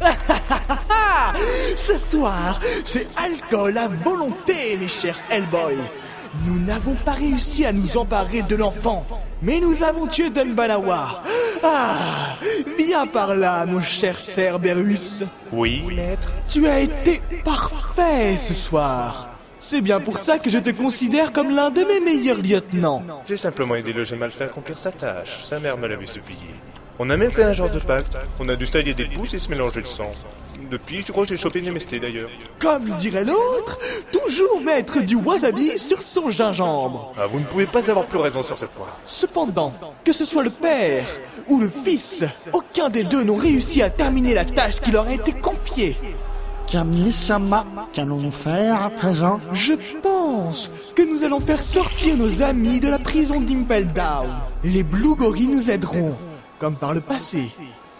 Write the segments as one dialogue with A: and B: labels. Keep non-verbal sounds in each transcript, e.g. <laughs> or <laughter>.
A: <laughs> Ce soir, c'est alcool à volonté, mes chers Hellboy. Nous n'avons pas réussi à nous emparer de l'enfant, mais nous avons tué Dunbalawa. Ah Viens par là, mon cher Cerberus.
B: Oui, maître
A: Tu as été parfait ce soir. C'est bien pour ça que je te considère comme l'un de mes meilleurs lieutenants.
B: J'ai simplement aidé le jeune malfait à accomplir sa tâche. Sa mère me l'avait supplié. On a même fait un genre de pacte. On a dû se tailler des pouces et se mélanger le sang. Depuis, je crois que j'ai chopé une MST d'ailleurs.
A: Comme dirait l'autre, toujours mettre du wasabi sur son gingembre.
B: Ah, vous ne pouvez pas avoir plus raison sur ce point.
A: Cependant, que ce soit le père ou le fils, aucun des deux n'ont réussi à terminer la tâche qui leur a été confiée.
C: Camille-sama, qu'allons-nous faire à présent
A: Je pense que nous allons faire sortir nos amis de la prison d'Impel Down. Les Blue Gorilles nous aideront, comme par le passé.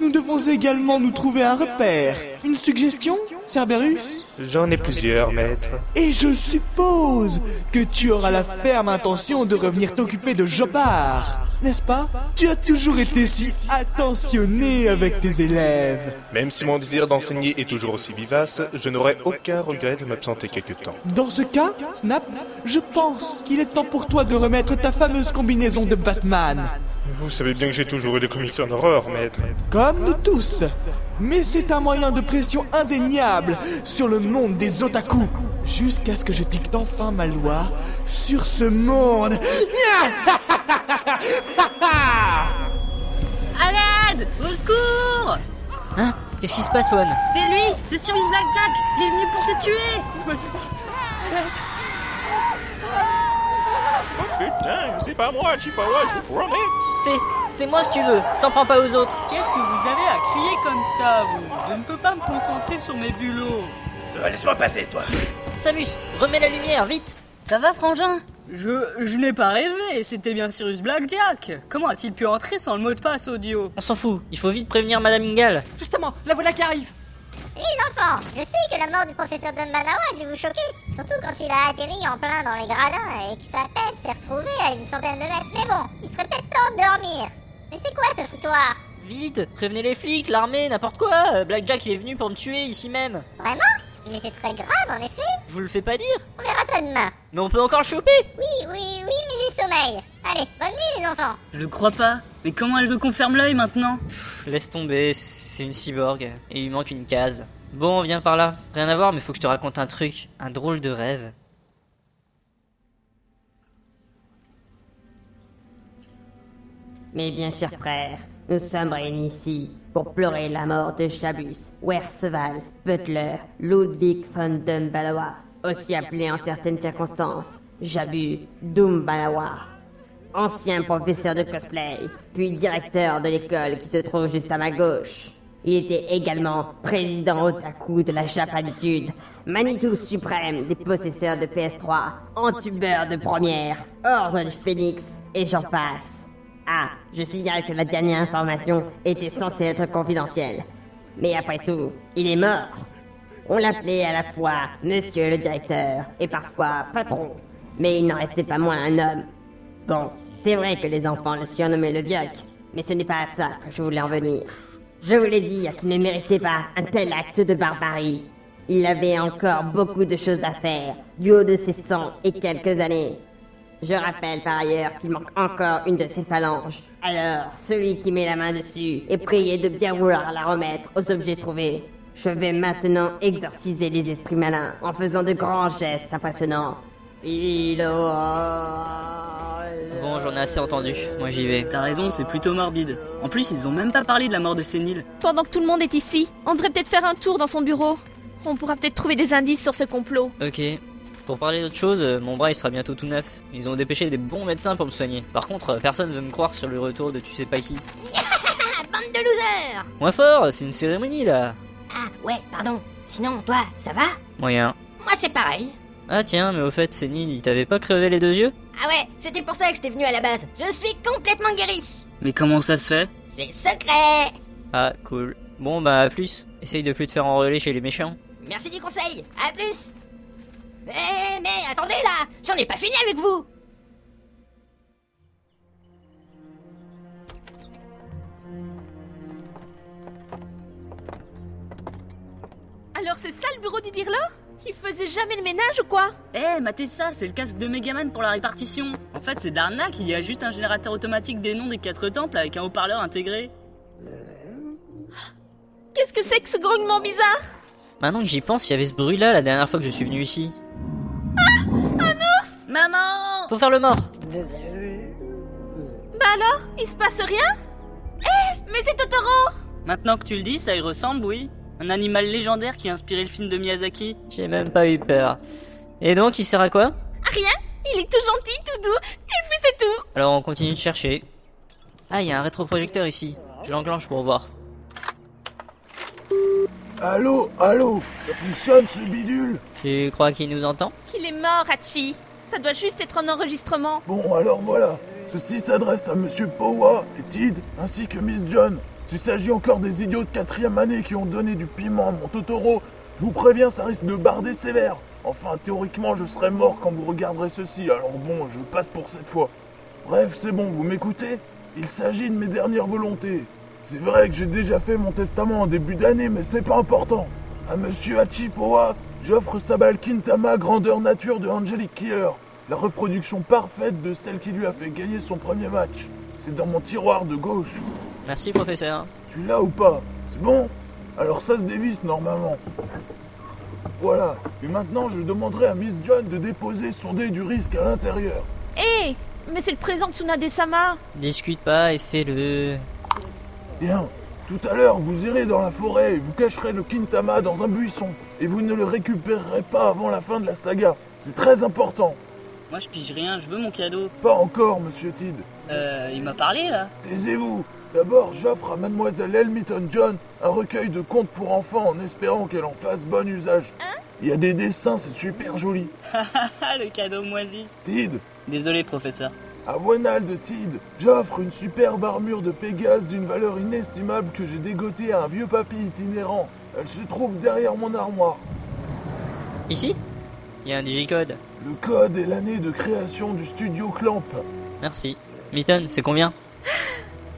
A: Nous devons également nous trouver un repère. Une suggestion, Cerberus
B: J'en ai plusieurs, maître.
A: Et je suppose que tu auras la ferme intention de revenir t'occuper de Jobard, n'est-ce pas Tu as toujours été si attentionné avec tes élèves.
B: Même si mon désir d'enseigner est toujours aussi vivace, je n'aurai aucun regret de m'absenter quelque temps.
A: Dans ce cas, Snap, je pense qu'il est temps pour toi de remettre ta fameuse combinaison de Batman.
B: Vous savez bien que j'ai toujours eu des commissions d'horreur, maître.
A: Comme nous tous. Mais c'est un moyen de pression indéniable sur le monde des otaku. Jusqu'à ce que je dicte enfin ma loi sur ce monde. <laughs>
D: Alad Au secours
E: Hein Qu'est-ce qui se passe, One
D: C'est lui C'est sur une Blackjack Il est venu pour te tuer
B: Oh, Putain, c'est pas moi, Chihuahua, je vous promets.
E: C'est. C'est moi que tu veux, t'en prends pas aux autres.
F: Qu'est-ce que vous avez à crier comme ça, vous Je ne peux pas me concentrer sur mes bulots.
G: Euh,
E: Samus, remets la lumière, vite
D: Ça va, frangin
F: Je, je n'ai pas rêvé, c'était bien Cyrus Blackjack. Comment a-t-il pu entrer sans le mot de passe audio
E: On s'en fout, il faut vite prévenir Madame Ingal.
H: Justement, la voilà qui arrive
I: Les enfants, je sais que la mort du professeur Dumbanawa a dû vous choquer, surtout quand il a atterri en plein dans les gradins et que sa tête s'est retrouvée à une centaine de mètres. Mais bon, il serait peut-être temps de dormir. Mais c'est quoi ce foutoir
E: Vite, prévenez les flics, l'armée, n'importe quoi euh, Blackjack, il est venu pour me tuer ici même.
I: Vraiment Mais c'est très grave en effet.
E: Je vous le fais pas dire
I: On verra ça demain.
E: Mais on peut encore le choper
I: Oui, oui, oui, mais j'ai sommeil. Allez, bonne nuit les enfants.
F: Je le crois pas. Mais comment elle veut qu'on ferme l'œil maintenant
E: Pff, Laisse tomber, c'est une cyborg. Et il lui manque une case. Bon, viens par là. Rien à voir, mais faut que je te raconte un truc. Un drôle de rêve.
J: Mes bien chers frères, nous sommes réunis ici pour pleurer la mort de Chabus, Werceval, Butler, Ludwig von Dumbalawa, aussi appelé en certaines circonstances Jabu Dumbalawa. Ancien professeur de cosplay, puis directeur de l'école qui se trouve juste à ma gauche. Il était également président otaku de la Chapalitude, Manitou suprême des possesseurs de PS3, entubeur de première, ordre du phénix, et j'en passe. Ah, je signale que la dernière information était censée être confidentielle. Mais après tout, il est mort. On l'appelait à la fois Monsieur le Directeur et parfois Patron. Mais il n'en restait pas moins un homme. Bon, c'est vrai que les enfants le surnommaient le Vioc, mais ce n'est pas à ça que je voulais en venir. Je voulais dire qu'il ne méritait pas un tel acte de barbarie. Il avait encore beaucoup de choses à faire, du haut de ses cent et quelques années. Je rappelle par ailleurs qu'il manque encore une de ses phalanges. Alors, celui qui met la main dessus est prié de bien vouloir la remettre aux objets trouvés. Je vais maintenant exorciser les esprits malins en faisant de grands gestes impressionnants. Il
E: Bon, j'en ai assez entendu. Moi, j'y vais.
F: T'as raison, c'est plutôt morbide. En plus, ils ont même pas parlé de la mort de Sénile.
K: Pendant que tout le monde est ici, on devrait peut-être faire un tour dans son bureau. On pourra peut-être trouver des indices sur ce complot.
E: Ok. Pour parler d'autre chose, euh, mon bras il sera bientôt tout neuf. Ils ont dépêché des bons médecins pour me soigner. Par contre, euh, personne veut me croire sur le retour de tu sais pas qui.
I: Ah, bande de losers
E: Moins fort, c'est une cérémonie là.
I: Ah, ouais, pardon. Sinon, toi, ça va
E: Moyen.
I: Moi, c'est pareil.
E: Ah tiens, mais au fait, Sénil, il t'avait pas crevé les deux yeux
I: Ah ouais, c'était pour ça que j'étais venu à la base. Je suis complètement guéri.
F: Mais comment ça se fait
I: C'est secret
E: Ah, cool. Bon, bah, à plus. Essaye de plus te faire enrôler chez les méchants.
I: Merci du conseil, à plus Eh mais attendez là, j'en ai pas fini avec vous
K: Alors c'est ça le bureau du dirleur Il faisait jamais le ménage ou quoi
D: Eh, matez ça, c'est le casque de Megaman pour la répartition. En fait, c'est d'arnaque, il y a juste un générateur automatique des noms des quatre temples avec un haut-parleur intégré.
K: Euh. Qu'est-ce que c'est que ce grognement bizarre
E: Maintenant que j'y pense, il y avait ce bruit-là la dernière fois que je suis venu ici.
D: Maman
E: Faut faire le mort
K: Bah alors, il se passe rien Eh, mais c'est Totoro
D: Maintenant que tu le dis, ça y ressemble, oui. Un animal légendaire qui a inspiré le film de Miyazaki.
E: J'ai même pas eu peur. Et donc, il sert à quoi
K: Ah, Rien Il est tout gentil, tout doux, et puis c'est tout
E: Alors on continue de chercher. Ah, il y a un rétroprojecteur ici. Je l'enclenche pour voir.
H: Allô, allô, nous sommes ce bidule.
E: Tu crois qu'il nous entend
K: Qu'il est mort, Hachi Ça doit juste être un enregistrement
H: Bon, alors voilà. Ceci s'adresse à Monsieur Powa et Tid, ainsi que Miss John. S'il s'agit encore des idiots de quatrième année qui ont donné du piment à mon Totoro, je vous préviens, ça risque de barder sévère. Enfin, théoriquement, je serai mort quand vous regarderez ceci, alors bon, je passe pour cette fois. Bref, c'est bon, vous m'écoutez Il s'agit de mes dernières volontés. C'est vrai que j'ai déjà fait mon testament en début d'année, mais c'est pas important. À Monsieur Hachipoa, j'offre sa balle Kintama grandeur nature de Angelic Killer, la reproduction parfaite de celle qui lui a fait gagner son premier match. C'est dans mon tiroir de gauche.
E: Merci, professeur.
H: Tu l'as ou pas C'est bon Alors ça se dévisse normalement. Voilà. Et maintenant, je demanderai à Miss John de déposer son dé du risque à l'intérieur.
K: Eh Mais c'est le présent de Tsunade-sama
E: Discute pas et fais-le.
H: Bien. Tout à l'heure, vous irez dans la forêt et vous cacherez le Kintama dans un buisson. Et vous ne le récupérerez pas avant la fin de la saga. C'est très important.
D: Moi, je pige rien, je veux mon cadeau.
H: Pas encore, monsieur Tid.
D: Euh, il m'a parlé, là <laughs>
H: Taisez-vous. D'abord, j'offre à mademoiselle Elmiton John un recueil de contes pour enfants en espérant qu'elle en fasse bon usage. Il y a des dessins, c'est super joli.
D: Ah, le cadeau moisi.
H: Tid,
D: Désolé, professeur.
H: à Wenald Tid, j'offre une superbe armure de Pégase d'une valeur inestimable que j'ai dégotée à un vieux papy itinérant. Elle se trouve derrière mon armoire.
E: Ici Il y a un digicode.
H: Le code est l'année de création du studio Clamp.
E: Merci. Mitten, c'est combien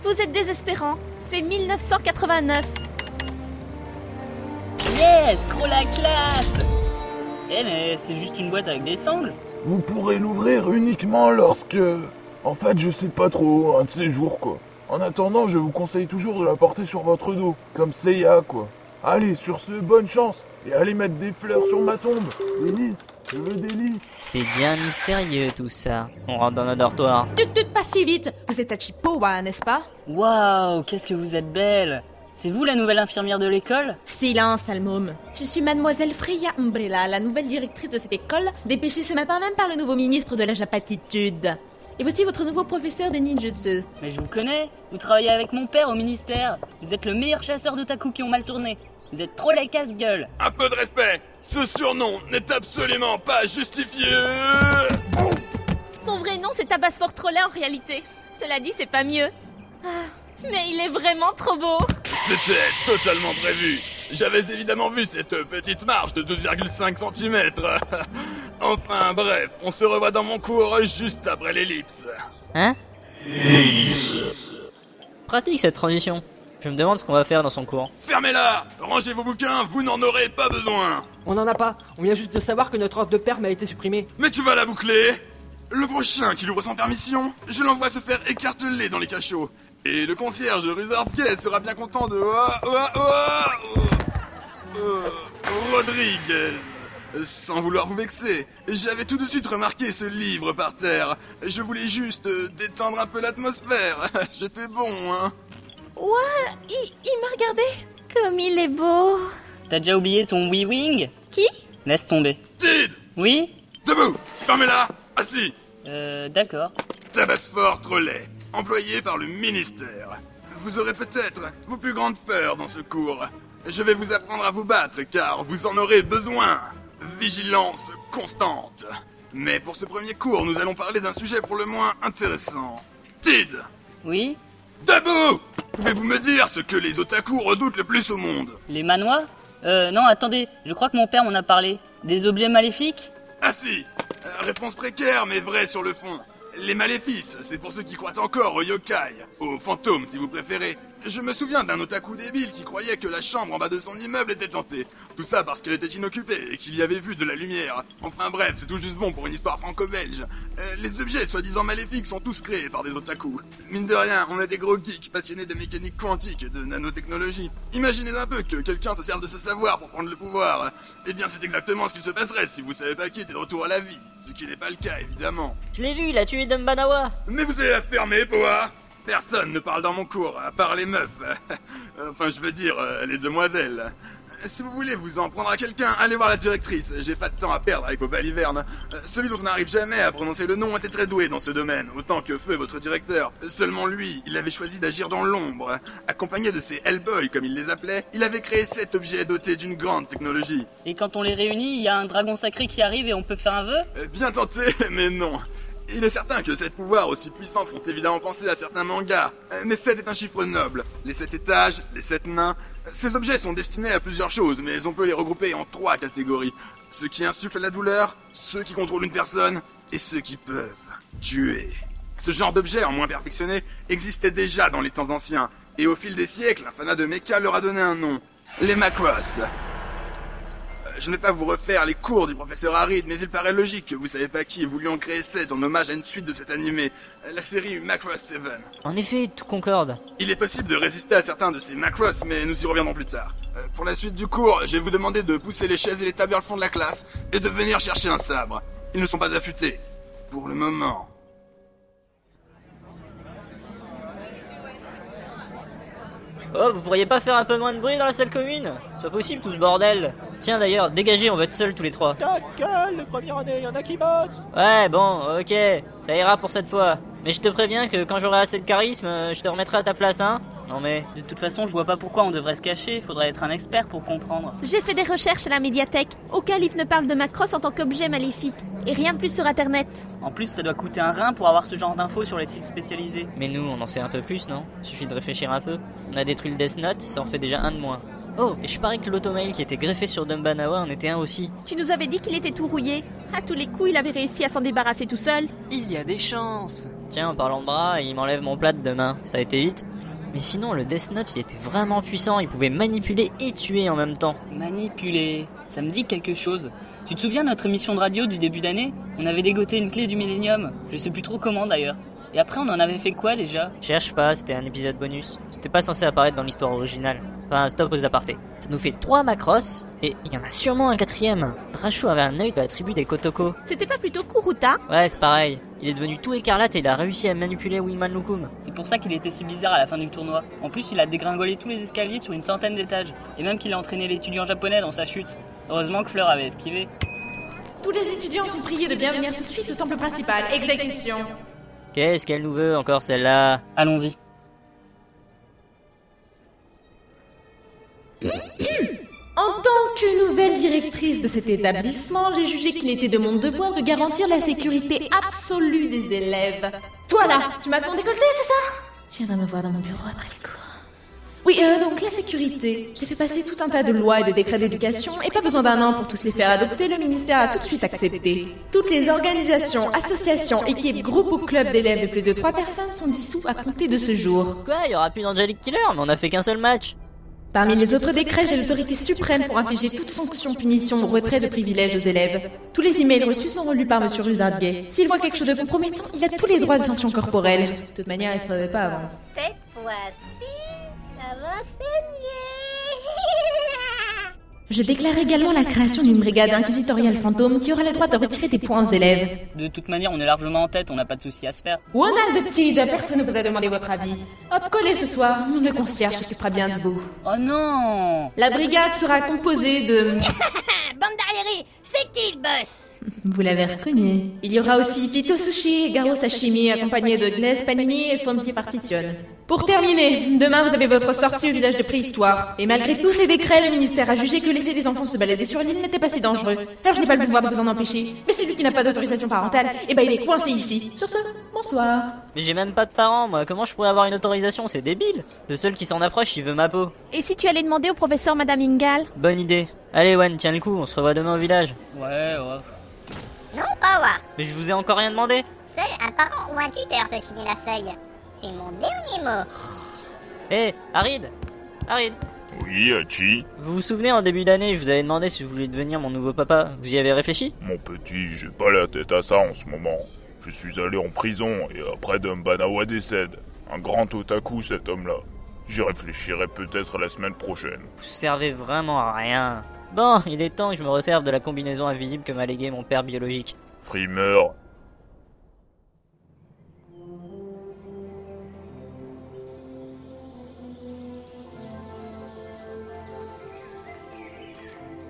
K: Vous êtes désespérant C'est 1989
D: Yes, trop la classe Eh, mais c'est juste une boîte avec des sangles.
H: Vous pourrez l'ouvrir uniquement lorsque... En fait, je sais pas trop, un de ces jours, quoi. En attendant, je vous conseille toujours de la porter sur votre dos, comme Seiya, quoi. Allez, sur ce, bonne chance, et allez mettre des fleurs sur ma tombe. Des lys, je veux des lys.
E: C'est bien mystérieux tout ça. On rentre dans notre dortoir.
L: Tut tut, pas si vite Vous êtes à Chipowa, bah, n'est-ce pas
D: Waouh, qu'est-ce que vous êtes belle C'est vous la nouvelle infirmière de l'école
L: Silence, sale môme. Je suis mademoiselle Freya Umbrella, la nouvelle directrice de cette école, dépêchée ce matin même par le nouveau ministre de la Japatitude. Et voici votre nouveau professeur de ninjutsu.
D: Mais je vous connais, vous travaillez avec mon père au ministère. Vous êtes le meilleur chasseur d'otaku qui ont mal tourné. Vous êtes trop la casse-gueule.
H: Un peu de respect Ce surnom n'est absolument pas justifié
K: Son vrai nom, c'est Tabasphore Troller en réalité. Cela dit, c'est pas mieux. Ah, mais il est vraiment trop beau
H: C'était totalement prévu J'avais évidemment vu cette petite marche de 12,5 cm <laughs> Enfin bref, on se revoit dans mon cours juste après l'ellipse.
E: Hein Pratique cette transition. Je me demande ce qu'on va faire dans son cours.
H: Fermez-la Rangez vos bouquins, vous n'en aurez pas besoin
F: On n'en a pas, on vient juste de savoir que notre offre de perme a été supprimée.
H: Mais tu vas la boucler Le prochain qui l'ouvre sans permission, je l'envoie se faire écarteler dans les cachots. Et le concierge Ruzard Gay sera bien content de... Oh, Ouah, ouah, ouah, euh, euh, oh, Rodriguez Sans vouloir vous vexer, j'avais tout de suite remarqué ce livre par terre. Je voulais juste euh, détendre un peu l'atmosphère. <laughs> J'étais bon, hein
K: Ouah, il, il m'a regardé Comme il est beau
D: T'as déjà oublié ton wee-wing
K: Qui
D: Laisse tomber.
H: Tid
D: Oui
H: Debout Fermez-la Assis
D: Euh, d'accord.
H: Tabasphore Trollet, employé par le ministère. Vous aurez peut-être vos plus grandes peurs dans ce cours. Je vais vous apprendre à vous battre car vous en aurez besoin. Vigilance constante. Mais pour ce premier cours, nous allons parler d'un sujet pour le moins intéressant. Tid
D: Oui
H: Debout Pouvez-vous me dire ce que les otaku redoutent le plus au monde
D: Les manois Euh, non, attendez, je crois que mon père m'en a parlé. Des objets maléfiques
H: Assis Euh, Réponse précaire mais vraie sur le fond. Les maléfices, c'est pour ceux qui croient encore aux yokai, aux fantômes si vous préférez,
M: Je me souviens d'un otaku débile qui croyait que la chambre en bas de son immeuble était tentée. Tout ça parce qu'elle était inoccupée et qu'il y avait vu de la lumière. Enfin bref, c'est tout juste bon pour une histoire franco-belge. Euh, les objets soi-disant maléfiques sont tous créés par des otaku. Mine de rien, on est des gros geeks passionnés de mécanique quantique et de nanotechnologie. Imaginez un peu que quelqu'un se serve de ce savoir pour prendre le pouvoir. Eh bien, c'est exactement ce qu'il se passerait si vous savez pas qui était de retour à la vie. Ce qui n'est pas le cas, évidemment.
E: Je l'ai vu, il a tué Dumbanawa.
M: Mais vous allez la fermer, Poa Personne ne parle dans mon cours, à part les meufs. <laughs> enfin, je veux dire, euh, les demoiselles. Si vous voulez vous en prendre à quelqu'un, allez voir la directrice. J'ai pas de temps à perdre avec vos balivernes. Euh, Celui dont on n'arrive jamais à prononcer le nom était très doué dans ce domaine, autant que feu votre directeur. Seulement lui, il avait choisi d'agir dans l'ombre. Accompagné de ses Hellboys, comme il les appelait, il avait créé cet objet doté d'une grande technologie.
D: Et quand on les réunit, il y a un dragon sacré qui arrive et on peut faire un vœu
M: Euh, Bien tenté, <laughs> mais non. Il est certain que sept pouvoirs aussi puissants font évidemment penser à certains mangas, Euh, mais 7 est un chiffre noble. Les sept étages, les sept nains, euh, ces objets sont destinés à plusieurs choses, mais on peut les regrouper en trois catégories. Ceux qui insufflent la douleur, ceux qui contrôlent une personne, et ceux qui peuvent tuer. Ce genre d'objet, en moins perfectionné, existait déjà dans les temps anciens, et au fil des siècles, un fanat de mecha leur a donné un nom. Les Macross. Euh, Je ne vais pas vous refaire les cours du professeur Harry, mais il paraît logique que vous savez pas qui vous lui en créez 7 en hommage à une suite de cet animé, euh, la série Macross 7.
E: En effet, tout concorde.
M: Il est possible de résister à certains de ces Macross, mais nous y reviendrons plus tard. Euh, Pour la suite du cours, je vais vous demander de pousser les chaises et les tables vers le fond de la classe et de venir chercher un sabre. Ils ne sont pas affûtés. Pour le moment.
E: Oh, vous pourriez pas faire un peu moins de bruit dans la salle commune C'est pas possible tout ce bordel. Tiens d'ailleurs, dégagez, on va être seuls tous les trois.
N: Tacal, le premier année, y en a qui bossent
E: Ouais, bon, ok, ça ira pour cette fois. Mais je te préviens que quand j'aurai assez de charisme, euh, je te remettrai à ta place, hein Non mais...
D: De toute façon, je vois pas pourquoi on devrait se cacher, faudrait être un expert pour comprendre.
K: J'ai fait des recherches à la médiathèque. Aucun livre ne parle de Macross en tant qu'objet maléfique. Et rien de plus sur Internet.
D: En plus, ça doit coûter un rein pour avoir ce genre d'infos sur les sites spécialisés.
E: Mais nous, on en sait un peu plus, non Suffit de réfléchir un peu. On a détruit le Death Note, ça en fait déjà un de moins. Oh, et je parie que l'automail qui était greffé sur Dumbanawa en était un aussi.
K: Tu nous avais dit qu'il était tout rouillé. À tous les coups, il avait réussi à s'en débarrasser tout seul.
D: Il y a des chances.
E: Tiens, en parlant de bras, il m'enlève mon plat de demain. Ça a été vite. Mais sinon, le Death Note, il était vraiment puissant. Il pouvait manipuler et tuer en même temps.
D: Manipuler, ça me dit quelque chose. Tu te souviens de notre émission de radio du début d'année On avait dégoté une clé du Millennium, je sais plus trop comment d'ailleurs. Et après, on en avait fait quoi déjà
E: Cherche pas, c'était un épisode bonus. C'était pas censé apparaître dans l'histoire originale. Enfin, stop aux apartés. Ça nous fait trois Macross, et il y en a sûrement un quatrième. Drachou avait un œil de la tribu des Kotoko.
K: C'était pas plutôt Kuruta
E: Ouais, c'est pareil. Il est devenu tout écarlate et il a réussi à manipuler Winman Lukum.
D: C'est pour ça qu'il était si bizarre à la fin du tournoi. En plus, il a dégringolé tous les escaliers sur une centaine d'étages, et même qu'il a entraîné l'étudiant japonais dans sa chute. Heureusement que Fleur avait esquivé.
L: Tous les étudiants sont priés de bien venir tout de suite au temple principal. Exécution.
E: Qu'est-ce qu'elle nous veut encore celle-là
D: Allons-y.
L: En tant que nouvelle directrice de cet établissement, j'ai jugé qu'il était de mon devoir de garantir la sécurité absolue des élèves. Toi là, tu m'as fait mon décolleté, c'est ça Tu viendras me voir dans mon bureau après les cours. Oui, euh, donc la sécurité. J'ai fait passer tout un tas de lois et de décrets d'éducation, et pas besoin d'un an pour tous les faire adopter, le ministère a tout de suite accepté. Toutes les organisations, associations, équipes, groupes ou clubs d'élèves de plus de 3 personnes sont dissous à compter de ce jour.
E: Quoi, il y aura plus d'Angelic Killer, mais on a fait qu'un seul match.
L: Parmi les autres décrets, j'ai l'autorité suprême pour infliger toute sanction, punition ou retrait de privilèges aux élèves. Tous les emails reçus sont relus par Monsieur Rusardier. S'il voit quelque chose de compromettant, il a tous les droits de sanction corporelle. De toute manière, il se prévenait pas avant.
O: Cette fois-ci, ça va saigner.
L: Je déclare également la création d'une brigade inquisitoriale fantôme qui aura le droit de retirer des points aux élèves.
D: De toute manière, on est largement en tête, on n'a pas de soucis à se faire.
L: Ronald Tid, personne ne vous a demandé votre avis. Hop, collez ce soir, le concierge s'occupera bien de vous.
D: Oh non
L: La brigade sera composée de...
O: Ah, bande d'arriérés, c'est qui le boss
L: Vous l'avez reconnu. Il y aura aussi Pito Sushi, Garo Sashimi, accompagné de Glaise Panini et Fonzie Partition. Pour terminer, demain vous avez votre sortie au village de préhistoire. Et malgré tous ces décrets, le ministère a jugé que laisser des enfants se balader sur l'île n'était pas si dangereux. Alors je n'ai pas le pouvoir de vous en empêcher. Mais celui qui n'a pas d'autorisation parentale, eh ben il est coincé ici. Sur ce, bonsoir.
E: Mais j'ai même pas de parents, moi. Comment je pourrais avoir une autorisation C'est débile. Le seul qui s'en approche, il veut ma peau.
K: Et si tu allais demander au professeur Madame Ingal
E: Bonne idée. Allez, Wan, tiens le coup, on se revoit demain au village.
D: Ouais, ouais.
I: Non, Power
E: Mais je vous ai encore rien demandé
I: Seul un parent ou un tuteur peut signer la feuille. C'est mon dernier mot.
E: Hé, Eh, Harid Harid
P: Oui, Hachi
E: Vous vous souvenez, en début d'année, je vous avais demandé si vous vouliez devenir mon nouveau papa. Vous y avez réfléchi
P: Mon petit, j'ai pas la tête à ça en ce moment. Je suis allé en prison et après Dumbanawa décède. Un grand otaku cet homme-là. J'y réfléchirai peut-être la semaine prochaine.
E: Vous servez vraiment à rien. Bon, il est temps que je me resserve de la combinaison invisible que m'a léguée mon père biologique.
P: Primeur,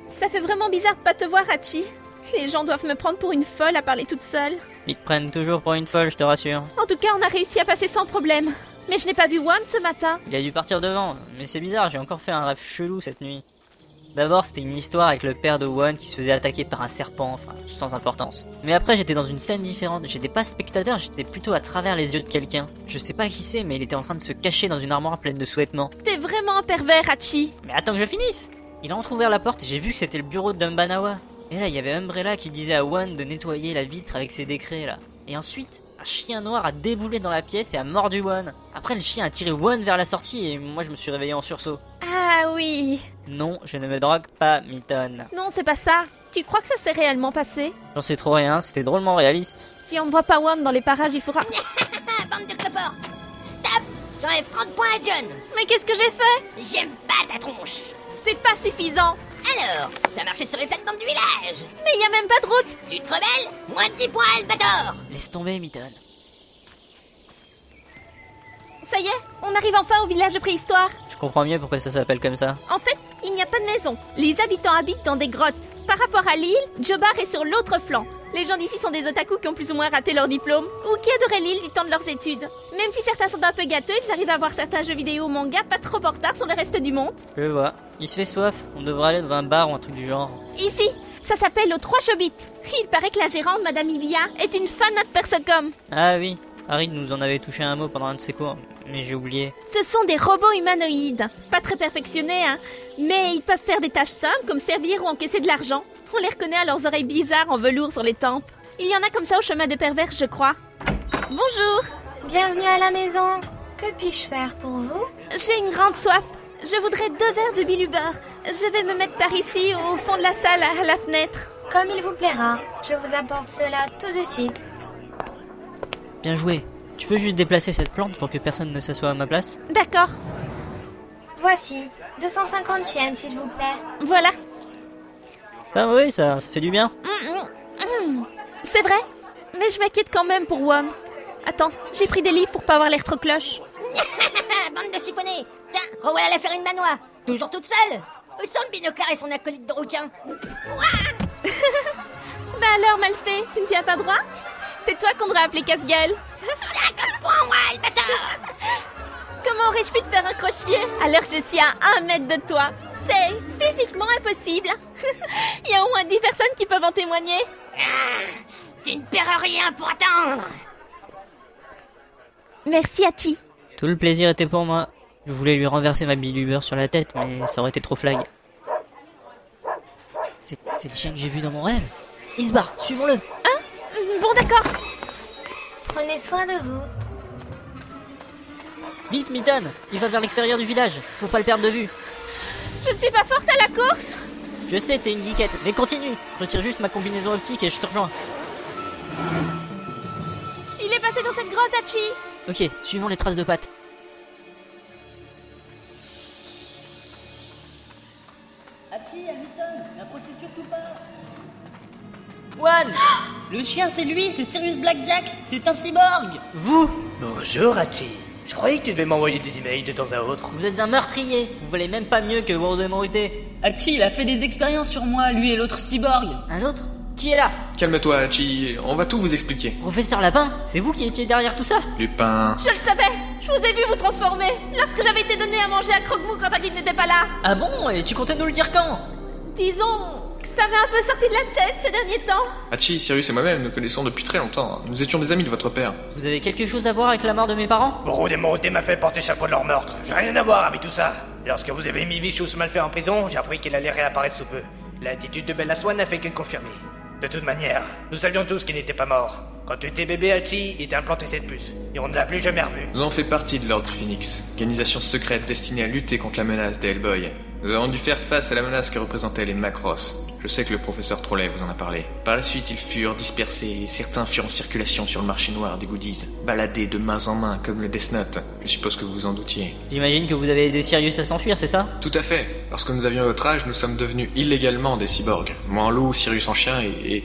K: Ça fait vraiment bizarre de pas te voir, Hachi. Les gens doivent me prendre pour une folle à parler toute seule.
E: Ils te prennent toujours pour une folle, je te rassure.
K: En tout cas, on a réussi à passer sans problème. Mais je n'ai pas vu One ce matin.
E: Il a dû partir devant, mais c'est bizarre, j'ai encore fait un rêve chelou cette nuit. D'abord, c'était une histoire avec le père de One qui se faisait attaquer par un serpent, enfin, sans importance. Mais après, j'étais dans une scène différente, j'étais pas spectateur, j'étais plutôt à travers les yeux de quelqu'un. Je sais pas qui c'est, mais il était en train de se cacher dans une armoire pleine de sous-vêtements.
K: T'es vraiment un pervers, Hachi.
E: Mais attends que je finisse Il a entrouvert la porte et j'ai vu que c'était le bureau de Dumbanawa. Et là, il y avait Umbrella qui disait à One de nettoyer la vitre avec ses décrets, là. Et ensuite, un chien noir a déboulé dans la pièce et a mordu One. Après, le chien a tiré One vers la sortie et moi, je me suis réveillé en sursaut.
K: Ah oui.
E: Non, je ne me drogue pas, Miton.
K: Non, c'est pas ça. Tu crois que ça s'est réellement passé
E: J'en sais trop rien, c'était drôlement réaliste.
K: Si on ne voit pas One dans les parages, il faudra...
O: Ah, bande de coports Stop J'enlève 30 points à John
K: Mais qu'est-ce que j'ai fait
O: J'aime pas ta tronche
K: C'est pas suffisant.
O: Alors, t'as marché sur les plates-bandes du village
K: Mais y a même pas de route
O: Tu te rebelles Moins de 10 points, Albator
E: Laisse tomber, Miton.
K: Ça y est, on arrive enfin au village de préhistoire.
E: Je comprends mieux pourquoi ça s'appelle comme ça.
K: En fait, il n'y a pas de maison. Les habitants habitent dans des grottes. Par rapport à l'île, Jobar est sur l'autre flanc. Les gens d'ici sont des otaku qui ont plus ou moins raté leur diplôme ou qui adoraient l'île du temps de leurs études. Même si certains sont un peu gâteux, ils arrivent à voir certains jeux vidéo ou mangas pas trop en retard sur le reste du monde.
E: Je vois. Il se fait soif, on devrait aller dans un bar ou un truc du genre.
K: Ici, ça s'appelle aux Trois Chobites. Il paraît que la gérante, Madame Ivia, est une fanat de Persocom.
E: Ah oui, Harry nous en avait touché un mot pendant un de ses cours, mais j'ai oublié.
K: Ce sont des robots humanoïdes. Pas très perfectionnés, hein. Mais ils peuvent faire des tâches simples comme servir ou encaisser de l'argent. On les reconnaît à leurs oreilles bizarres en velours sur les tempes. Il y en a comme ça au chemin des pervers, je crois. Bonjour
Q: Bienvenue à la maison. Que puis-je faire pour vous
K: J'ai une grande soif. Je voudrais deux verres de Biluber. Je vais me mettre par ici, au fond de la salle, à la fenêtre.
Q: Comme il vous plaira, je vous apporte cela tout de suite.
E: Bien joué. Tu peux juste déplacer cette plante pour que personne ne s'assoie à ma place
K: D'accord.
Q: Voici, 250 yens s'il vous plaît.
K: Voilà.
E: Pas mauvais Ah ça, ça fait du bien.
K: Mm, mm, mm. C'est vrai, mais je m'inquiète quand même pour One. Attends, j'ai pris des livres pour pas avoir l'air trop cloche.
O: <laughs> Bande de siphonnés Tiens, revoilà la farine manoir Toujours toute seule Où sont le binoclard et son acolyte de requin Ouah
K: Bah alors, Malfait, tu ne tiens pas droit C'est toi qu'on devrait appeler casse-gueule.
O: 50 points, moi, le bâtard
K: Comment aurais-je pu te faire un croche-pied alors que je suis à un mètre de toi C'est physiquement impossible. <laughs> Il y a au moins 10 personnes qui peuvent en témoigner.
O: Ah, Tu ne perds rien pour attendre
K: Merci, Hachi.
E: Tout le plaisir était pour moi. Je voulais lui renverser ma biluber sur la tête, mais ça aurait été trop flag. C'est c'est le chien que j'ai vu dans mon rêve. Il se barre, suivons-le.
K: Hein Bon, d'accord.
Q: Prenez soin de vous.
E: Vite, Mitten Il va vers l'extérieur du village. Faut pas le perdre de vue.
K: Je ne suis pas forte à la course.
E: Je sais, t'es une geekette, mais continue. Je retire juste ma combinaison optique et je te rejoins.
K: Il est passé dans cette grotte, Hachi.
E: Ok, suivons les traces de pattes.
D: Hachi, Hamilton, n'approchez surtout pas
E: One
D: Le chien, c'est lui, c'est Sirius Blackjack, c'est un cyborg
E: Vous
G: Bonjour, Hachi. Oh, Je croyais que tu devais m'envoyer des emails de temps à autre.
E: Vous êtes un meurtrier Vous valez même pas mieux que World Morité.
D: Hachi, il a fait des expériences sur moi, lui et l'autre cyborg
E: Un autre Qui est là
R: Calme-toi, Hachi, on va tout vous expliquer.
E: Professeur Lapin C'est vous qui étiez derrière tout ça
R: Lupin.
K: Je le savais. Je vous ai vu vous transformer lorsque j'avais été donné à manger à Croque-Mou quand Agit n'était pas là.
E: Ah bon Et tu comptais nous le dire quand
K: Disons que ça m'est un peu sorti de la tête ces derniers temps.
R: Hachi, Sirius et moi-même nous connaissons depuis très longtemps. Nous étions des amis de votre père.
E: Vous avez quelque chose à voir avec la mort de mes parents
G: Borod et Moroté m'a fait porter chapeau de leur meurtre. J'ai rien à voir avec tout ça. Lorsque vous avez mis Vichous Malfait en prison, j'ai appris qu'il allait réapparaître sous peu. L'attitude de Bella Swan n'a fait que le confirmer. De toute manière, nous savions tous qu'il n'était pas mort. Quand tu étais bébé, Hachi, il t'a implanté cette puce. Et on ne l'a plus jamais revu.
R: Nous avons fait partie de l'Ordre Phoenix, organisation secrète destinée à lutter contre la menace des Hellboy. Nous avons dû faire face à la menace que représentaient les Macross. Je sais que le professeur Trollet vous en a parlé. Par la suite, ils furent dispersés et certains furent en circulation sur le marché noir des goodies, baladés de main en main comme le Death Note. Je suppose que vous vous en doutiez.
E: J'imagine que vous avez aidé Sirius à s'enfuir, c'est ça
R: Tout à fait. Lorsque nous avions votre âge, nous sommes devenus illégalement des cyborgs. Moi en loup, Sirius en chien et, et,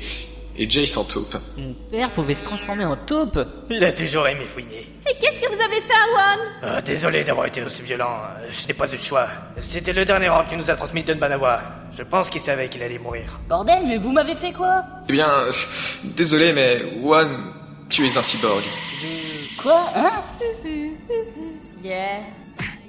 R: et Jay en taupe.
D: Mm.
E: Mon père pouvait se transformer en taupe
G: Il a toujours aimé fouiner.
K: Et qu'est-ce que vous avez fait à One
G: Ah, désolé d'avoir été aussi violent. Euh, Je n'ai pas eu le choix. C'était le dernier ordre que nous a transmis Don Banawa. Je pense qu'il savait qu'il allait mourir.
D: Bordel, mais vous m'avez fait quoi
R: Eh bien, euh, désolé, mais One, tu es un cyborg.
D: Quoi
E: <laughs>
D: Hein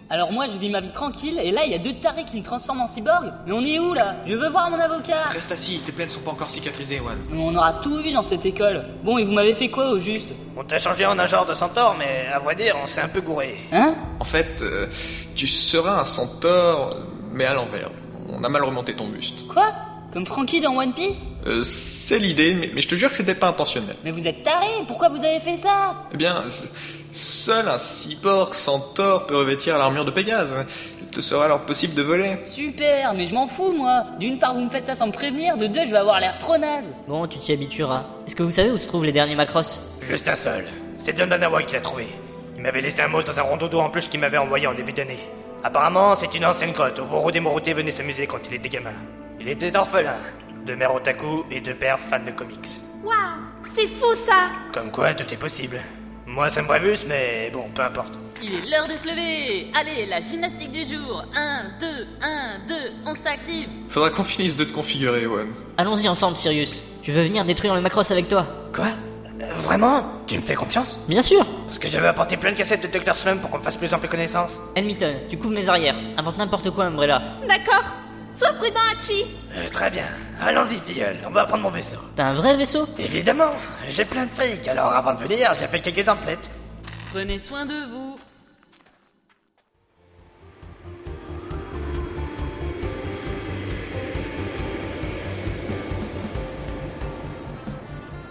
D: Alors moi je vis ma vie tranquille et là il y a deux tarés qui me transforment en cyborg Mais on est où là Je veux voir mon avocat
R: Reste assis, tes plaies ne sont pas encore cicatrisées, One.
D: Mais On aura tout vu dans cette école Bon et vous m'avez fait quoi au juste
G: On t'a changé en un genre de centaure, mais à vrai dire, on s'est un peu gouré.
D: Hein
R: En fait, euh, tu seras un centaure, mais à l'envers. On a mal remonté ton buste.
D: Quoi Comme Frankie dans One Piece
R: Euh, c'est l'idée, mais, mais je te jure que c'était pas intentionnel.
D: Mais vous êtes tarés Pourquoi vous avez fait ça
R: Eh bien, se- seul un cyborg centaure peut revêtir l'armure de Pégase. Il te sera alors possible de voler.
D: Super, mais je m'en fous moi D'une part vous me faites ça sans me prévenir, de deux je vais avoir l'air trop naze
E: Bon, tu t'y habitueras. Est-ce que vous savez où se trouvent les derniers Macross
G: Juste un seul. C'est Don Banawa qui l'a trouvé. Il m'avait laissé un mot dans un rondeau d'eau en plus qu'il m'avait envoyé en début d'année. Apparemment, c'est une ancienne grotte où Boro Demoroté venait s'amuser quand il était gamin. Il était orphelin, de mère otaku et de père fan de comics.
K: Waouh, c'est fou ça
G: Comme quoi, tout est possible. Moi, ça me bravus, mais bon, peu importe.
K: Il est l'heure de se lever Allez, la gymnastique du jour 1, 2, 1, 2, on s'active
R: Faudra qu'on finisse de te configurer, One.
E: Allons-y ensemble, Sirius. Je veux venir détruire le Macross avec toi.
G: Quoi Euh, Vraiment Tu me fais confiance
E: Bien sûr
G: Parce que j'avais apporté plein de cassettes de Dr. Slum pour qu'on fasse plus ample connaissance.
E: Hamilton, tu couvres mes arrières. Invente n'importe quoi, Umbrella.
K: D'accord Sois prudent, Hachi
G: Euh, très bien. Allons-y, filleule, on va prendre mon vaisseau.
E: T'as un vrai vaisseau
G: Évidemment, j'ai plein de fric, alors avant de venir, j'ai fait quelques emplettes.
D: Prenez soin de vous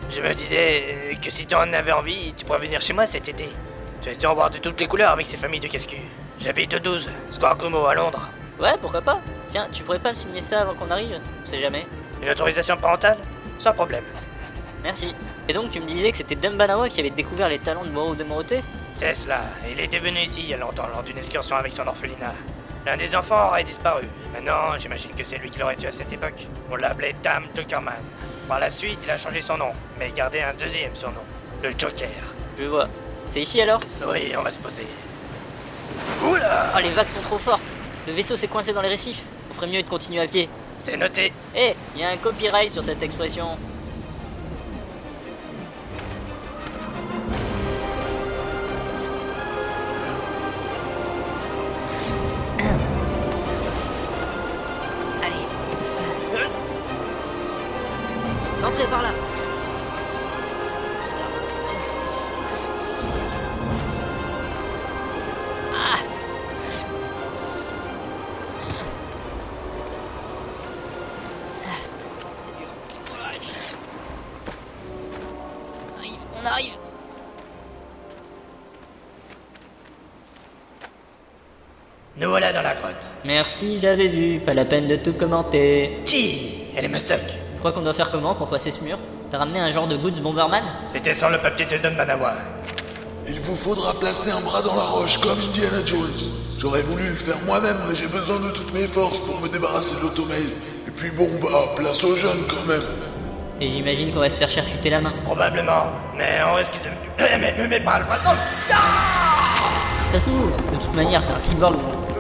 G: Je me disais euh, que si tu en avais envie, tu pourrais venir chez moi cet été. Tu as dû en voir de toutes les couleurs avec ces familles de cascu. J'habite au 12, Square Como à Londres.
E: Ouais, pourquoi pas Tiens, tu pourrais pas me signer ça avant qu'on arrive On sait jamais.
G: Une autorisation parentale Sans problème.
E: Merci. Et donc, tu me disais que c'était Dumbanawa qui avait découvert les talents de Moro de Moroté
G: C'est cela, il était venu ici il y a longtemps lors d'une excursion avec son orphelinat. L'un des enfants aurait disparu. Maintenant, j'imagine que c'est lui qui l'aurait tué à cette époque. On l'appelait Tam Jokerman. Par la suite, il a changé son nom, mais gardé un deuxième surnom, le Joker.
E: Je vois. C'est ici alors
G: Oui, on va se poser.
E: Oula Oh, les vagues sont trop fortes Le vaisseau s'est coincé dans les récifs. On ferait mieux de continuer à pied.
G: C'est noté.
E: Eh, il y a un copyright sur cette expression. <clears throat> Entrez par là Ah Arrive, on arrive
G: Nous voilà dans la grotte.
E: Merci, j'avais vu, pas la peine de tout commenter.
G: Chi Elle est mustoc.
E: Je crois qu'on doit faire comment pour passer ce mur T'as ramené un genre de goods bomberman
G: C'était sur le papier de Don Banawa.
H: Il vous faudra placer un bras dans la roche comme Indiana Jones. J'aurais voulu le faire moi-même, mais j'ai besoin de toutes mes forces pour me débarrasser de l'automail. Et puis bon, bah, place aux jeunes quand même.
E: Et j'imagine qu'on va se faire charcuter la main.
G: Probablement. Mais on risque de... Eh, Mais me mets pas le bras dans le-
E: Ça s'ouvre De toute manière, t'es un cyborg.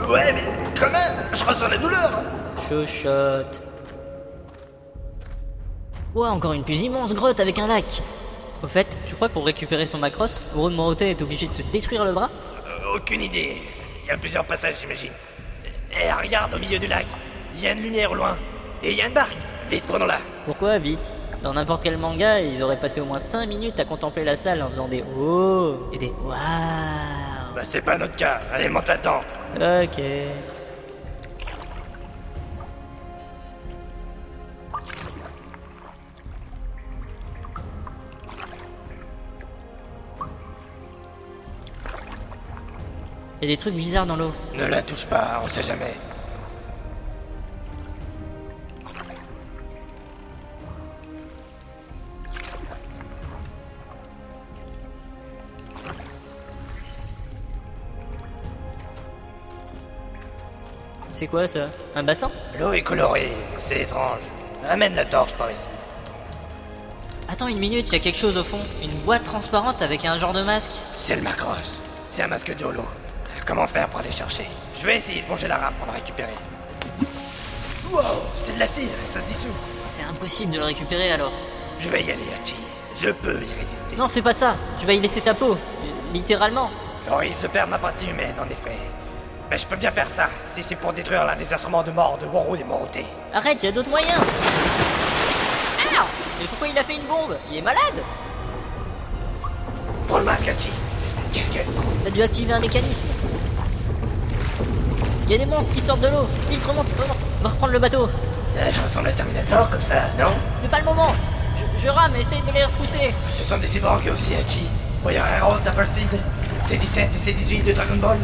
G: Ouais, mais quand même, je ressens la douleur.
E: Chochotte. Ouah, encore une plus immense grotte avec un lac Au fait, tu crois que pour récupérer son Macross, Goro de Moroté est obligé de se détruire le bras
G: Euh, Aucune idée. Il y a plusieurs passages, j'imagine. Eh, regarde au milieu du lac. Il y a une lumière au loin. Et il y a une barque. Vite, prenons-la.
E: Pourquoi vite Dans n'importe quel manga, ils auraient passé au moins 5 minutes à contempler la salle en faisant des oh et des waouh.
G: Bah, c'est pas notre cas. Allez, monte là-dedans.
E: Ok. Il y a des trucs bizarres dans l'eau.
G: Ne la touche pas, on sait jamais.
E: C'est quoi ça Un bassin
G: L'eau est colorée, c'est étrange. Amène la torche par ici.
E: Attends une minute, il y a quelque chose au fond. Une boîte transparente avec un genre de masque.
G: C'est le Macross. C'est un masque de l'eau. Comment faire pour aller chercher Je vais essayer de plonger la rame pour le récupérer. Wow, c'est de la cire, ça se dissout.
E: C'est impossible de le récupérer alors.
G: Je vais y aller, Hachi. Je peux y résister.
E: Non, fais pas ça. Tu vas y laisser ta peau. Littéralement.
G: On risque de perdre ma partie humaine, en effet. Mais je peux bien faire ça, si c'est pour détruire l'un des instruments de mort de Warwood et Moroté.
E: Arrête, il y a d'autres moyens. Ah Mais pourquoi il a fait une bombe Il est malade
G: Prends le masque, Hachi. Qu'est-ce que.
E: T'as dû activer un mécanisme. Il y a des monstres qui sortent de l'eau. Vite, remonte, remonte. On va reprendre le bateau.
G: Euh, je ressemble à Terminator comme ça, non
E: C'est pas le moment. Je, je rame, essaye de les repousser.
G: Ce sont des cyborgs aussi, Hachi. Voyons un rose d'Appleseed. C'est 17 et c'est 18 de Dragon Ball.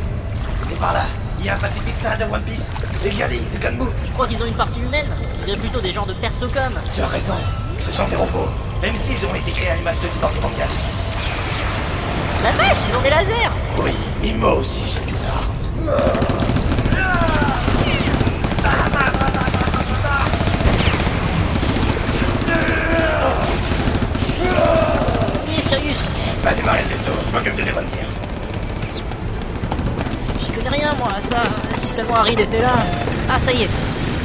G: Et par là, il y a un pacifista de One Piece. Les Gali de Ganbu.
E: Tu crois qu'ils ont une partie humaine On dirait plutôt des genres de persocom.
G: Tu as raison. Ce sont des robots. Même s'ils ont été créés à l'image de cyborgs de manga.
E: La vache, ils ont des lasers
G: Oui, mais moi aussi j'ai des armes.
E: Oui, Sirius
G: Va démarrer le vaisseau, je m'occupe de les revenir.
E: J'y connais rien moi à ça. Si seulement Harry était là. Ah ça y est.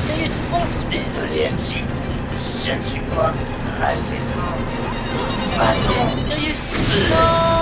E: Sirius, monte
G: Désolé Hachi, je ne suis pas assez fort. Attends
E: Sirius Non